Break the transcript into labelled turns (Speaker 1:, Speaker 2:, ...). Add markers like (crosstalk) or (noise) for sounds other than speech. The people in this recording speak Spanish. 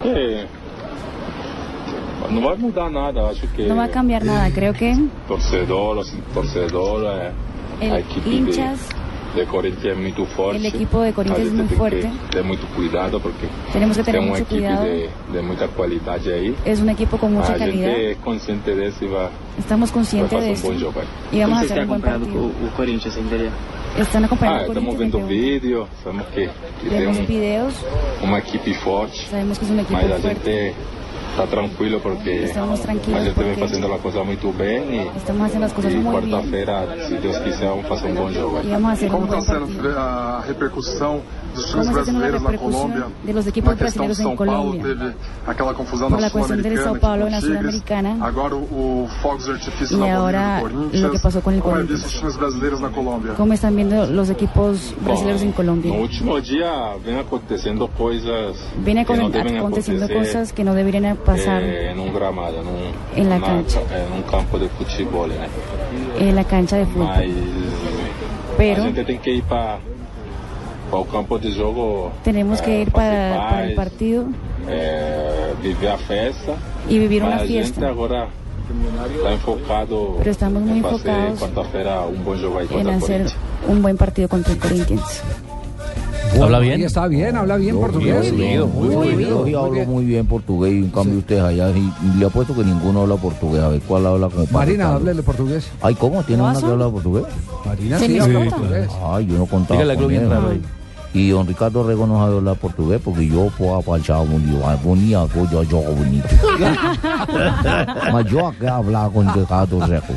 Speaker 1: que no va a É. mudar nada, acho que
Speaker 2: No va a cambiar
Speaker 1: Eh,
Speaker 2: nada, creo que
Speaker 1: torcedor, sin torcedor,
Speaker 2: El
Speaker 1: a equipe
Speaker 2: hinchas.
Speaker 1: de, de Corinthians es muy fuerte.
Speaker 2: El equipo de Corinthians
Speaker 1: A
Speaker 2: es
Speaker 1: gente
Speaker 2: muy
Speaker 1: tem
Speaker 2: fuerte.
Speaker 1: Que tener mucho cuidado porque
Speaker 2: tenemos que tener
Speaker 1: es un
Speaker 2: mucho
Speaker 1: equipo
Speaker 2: cuidado.
Speaker 1: de, Ah, de mucha calidad ahí.
Speaker 2: Es un equipo con mucha
Speaker 1: a gente
Speaker 2: calidad.
Speaker 1: es consciente de eso y va, va
Speaker 2: Estamos
Speaker 1: a
Speaker 2: conscientes
Speaker 1: hacer
Speaker 2: de
Speaker 1: un
Speaker 2: esto.
Speaker 1: buen jogo ahí.
Speaker 2: Y vamos a
Speaker 3: Entonces,
Speaker 2: hacer
Speaker 3: ¿te ha
Speaker 2: un buen
Speaker 3: comparado
Speaker 2: partido.
Speaker 3: con o Corinthians en realidad?
Speaker 2: Están
Speaker 1: Ah,
Speaker 2: acompañando a
Speaker 1: estamos
Speaker 2: Corinthians
Speaker 1: viendo
Speaker 2: 21.
Speaker 1: vídeos, sabemos que, que
Speaker 2: Vemos
Speaker 1: tem
Speaker 2: videos,
Speaker 1: um, uma equipe forte,
Speaker 2: sabemos que es un equipo
Speaker 1: mas a
Speaker 2: fuerte.
Speaker 1: gente está tranquilo porque
Speaker 2: Estamos
Speaker 1: a
Speaker 2: tranquilos
Speaker 1: gente vem
Speaker 2: porque
Speaker 1: fazendo a coisa muito bem e,
Speaker 2: estamos haciendo las cosas
Speaker 1: e
Speaker 2: muy bien
Speaker 1: quarta-feira, se Deus quiser, vamos fazer um bom jogo.
Speaker 2: y vamos a hacer
Speaker 4: Como
Speaker 2: un
Speaker 4: está
Speaker 2: buen
Speaker 4: sendo eh,
Speaker 2: partido.
Speaker 4: a repercussão dos
Speaker 2: tá Como
Speaker 4: times
Speaker 2: está sendo la
Speaker 4: brasileiros na Colômbia?
Speaker 2: repercusión de los
Speaker 4: Na
Speaker 2: equipos
Speaker 4: questão de
Speaker 2: brasileños en
Speaker 4: São Paulo,
Speaker 2: Colombia?
Speaker 4: teve aquela confusão
Speaker 2: Por
Speaker 4: na
Speaker 2: la cuestión del
Speaker 4: Sul-Americana,
Speaker 2: São Paulo
Speaker 4: que
Speaker 2: na
Speaker 4: com o Tigres.
Speaker 2: Sudamericana.
Speaker 4: Agora o, o fogos de artifício
Speaker 2: E
Speaker 4: na
Speaker 2: agora,
Speaker 4: bolinha do Corinthians.
Speaker 2: lo que passou com o
Speaker 4: Como é
Speaker 2: Corinthians.
Speaker 4: visto os times brasileiros na Colômbia?
Speaker 2: ¿Cómo están viendo los equipos brasileños en Colombia?
Speaker 1: No último día ven acontecendo coisas
Speaker 2: Viene
Speaker 1: que no
Speaker 2: acon-
Speaker 1: deben
Speaker 2: aconteciendo
Speaker 1: acontecer
Speaker 2: cosas que no deberían pasar
Speaker 1: eh, en un gramado, en un,
Speaker 2: En la
Speaker 1: una
Speaker 2: cancha.
Speaker 1: ca- en un campo de fútbol. né?
Speaker 2: en la cancha de fútbol.
Speaker 1: Mas
Speaker 2: Pero-
Speaker 1: a gente tem que ir para o campo de jogo.
Speaker 2: Tenemos
Speaker 1: eh,
Speaker 2: que ir para,
Speaker 1: fazer
Speaker 2: para el
Speaker 1: paz,
Speaker 2: partido
Speaker 1: eh, viver a festa.
Speaker 2: y vivir
Speaker 1: Mas
Speaker 2: una
Speaker 1: a gente
Speaker 2: fiesta.
Speaker 1: agora está enfocado
Speaker 2: Pero estamos muy
Speaker 1: en fazer
Speaker 2: enfocados
Speaker 1: quarta-feira um bom jogo aí
Speaker 2: en
Speaker 1: contra o
Speaker 2: hacer
Speaker 1: Corinthians.
Speaker 2: un buen partido contra el Corinthians.
Speaker 5: ¿Habla bien?
Speaker 6: Ahí Está bien, habla bien portugués.
Speaker 7: Muy Yo sí hablo muy bien portugués y en cambio ustedes allá sí, le apuesto que ninguno habla portugués. A ver cuál habla como para
Speaker 6: Marina,
Speaker 7: retarlo.
Speaker 6: háblele portugués.
Speaker 7: Ay, ¿cómo? ¿Tiene una que
Speaker 2: ¿Guaso?
Speaker 7: habla portugués?
Speaker 6: Marina,
Speaker 2: Sí,
Speaker 6: sí,
Speaker 2: me
Speaker 6: habla
Speaker 2: encanta.
Speaker 6: portugués.
Speaker 7: Ay, yo no contaba
Speaker 5: Dígale algo
Speaker 7: con
Speaker 5: bien
Speaker 7: él.
Speaker 5: raro ahí.
Speaker 7: Y don Ricardo Rego no sabe hablar portugués porque yo puedo apachar bonito, (laughs) bonito, yo, yo, bonito. Mas yo acá hablaba con Ricardo Rego.